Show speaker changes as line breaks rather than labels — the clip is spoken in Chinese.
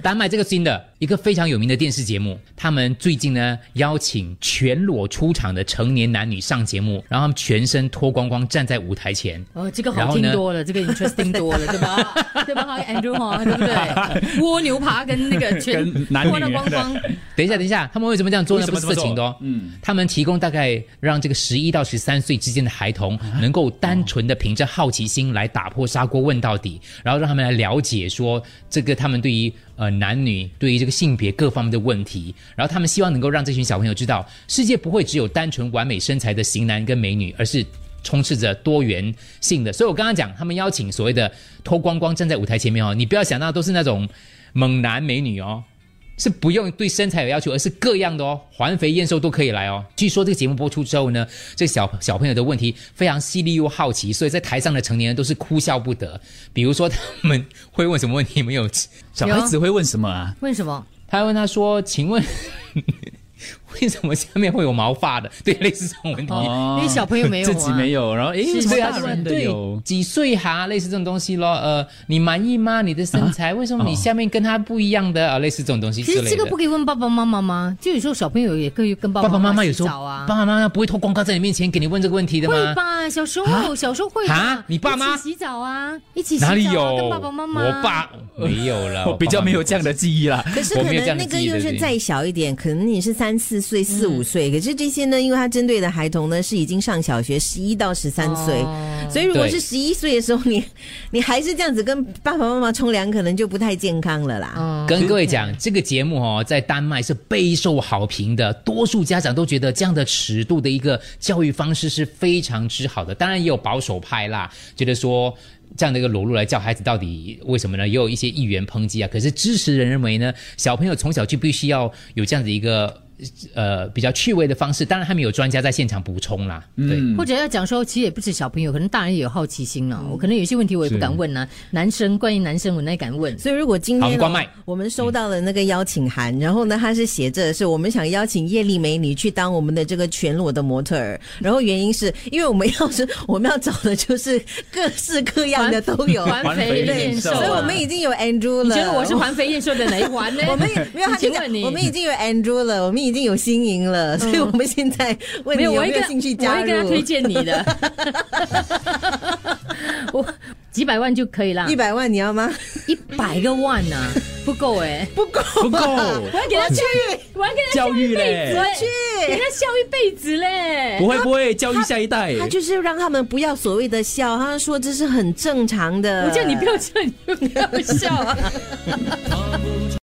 丹麦这个新的一个非常有名的电视节目，他们最近呢邀请全裸出场的成年男女上节目，然后他们全身脱光光站在舞台前。
哦，这个
然
好
后呢
听多了，这个 interesting 多 了，对吧？对吧，Andrew 哈，对不对？蜗牛爬跟那个全
跟男女
脱得光光，
嗯等一下，等一下，他们为什么这样做呢？
为
不
什么
是色情的哦，
这么做嗯，
他们提供大概让这个十一到十三岁之间的孩童
啊
能够单纯的凭着好奇心来打破砂锅问到底，然后让他们来了解说这个他们对于呃男女对于这个性别各方面的问题，然后他们希望能够让这群小朋友知道，世界不会只有单纯完美身材的型男跟美女，而是。充斥着多元性的，所以我刚刚讲，他们邀请所谓的脱光光站在舞台前面哦，你不要想到都是那种猛男美女哦，是不用对身材有要求，而是各样的哦，环肥燕瘦都可以来哦。据说这个节目播出之后呢，这小小朋友的问题非常犀利又好奇，所以在台上的成年人都是哭笑不得。比如说他们会问什么问题没有？
小孩子会问什么啊？
为什么？
他还问他说：“请问 为什么下面会有毛发的？”对，类似这种问题。
哦
因为小朋友没有啊
自己没有，然后诶，为什么
对啊，
大
就是
人的
对
有？
几岁哈，类似这种东西咯。呃，你满意吗？你的身材、为什么你下面跟他不一样的啊？类似这种东西之
其
类的。
实这个不可以问爸爸妈妈吗？就有时候小朋友也可以跟爸
爸爸妈妈有
去
时候，
找哦啊
爸。爸妈妈不会脱光光在你面前给你问这个问题的
会
吗？
吧，小时候小时候会吧
啊你爸妈
一起洗澡啊，一起洗澡啊
哪里有？
跟爸爸妈啊妈，
我爸没有了，
哦我比较没有这样的记忆啦。
可是
我
可
没有这样
能
的
那个
记忆
又
对
是
不对
再小一点，可能你是三四岁、四五岁。可是这些呢，因为他针对的孩童呢是已经上小学，十一到十三岁，
哦
所以如果
对
是十一岁的时候，你你还是这样子跟爸爸妈妈冲凉，可能就不太健康了啦。
嗯
跟各位讲，这个节目哦，在丹麦是备受好评的，多数家长都觉得这样的尺度的一个教育方式是非常之好的。当然，也有保守派啦，觉得说这样的一个裸露来教孩子到底为什么呢？也有一些议员抨击啊。可是支持人认为呢，小朋友从小就必须要有这样的一个呃比较趣味的方式。当然，他们有专家在现场补充啦。对，
或者要讲说，其实也不止小朋友，可能大人也有好奇心
嗯
了。我可能有些问题我也不敢问啊，男生关于男生我那也 敢问。
所以如果今
好我们
天
关麦
呢我们收到了那个邀请函，然后呢，它是写着是我们想邀请叶丽美女去当我们的这个全裸的模特儿，然后原因是因为我们要是我们要找的就是各式各样的都有，
环
环
肥
肥
燕
燕
瘦
瘦
啊，
啊
所以我们已经有 Andrew 了。
你觉得我是环肥燕瘦的哪一环呢？
我们 也没有，他就
请
讲
问你，嗯
我们已经有 Andrew 了，我们已经有新营了，所以我们现在问
没
你
有，
有
我
没
会
有
跟
兴趣
我
加
会跟他
入
推。荐你的，我几百万就可以啦
一，百万你要吗？
一百个万呢、不够哎、
不够，
不够，
我要给他去，我要给他
教育
一辈
嘞
子，
我去。
给他笑一辈子嘞
不。会不会，教育下一代。
他就是让他们不要所谓的笑，他说这是很正常的。
我叫你不要笑，你就不要笑啊。
Trouble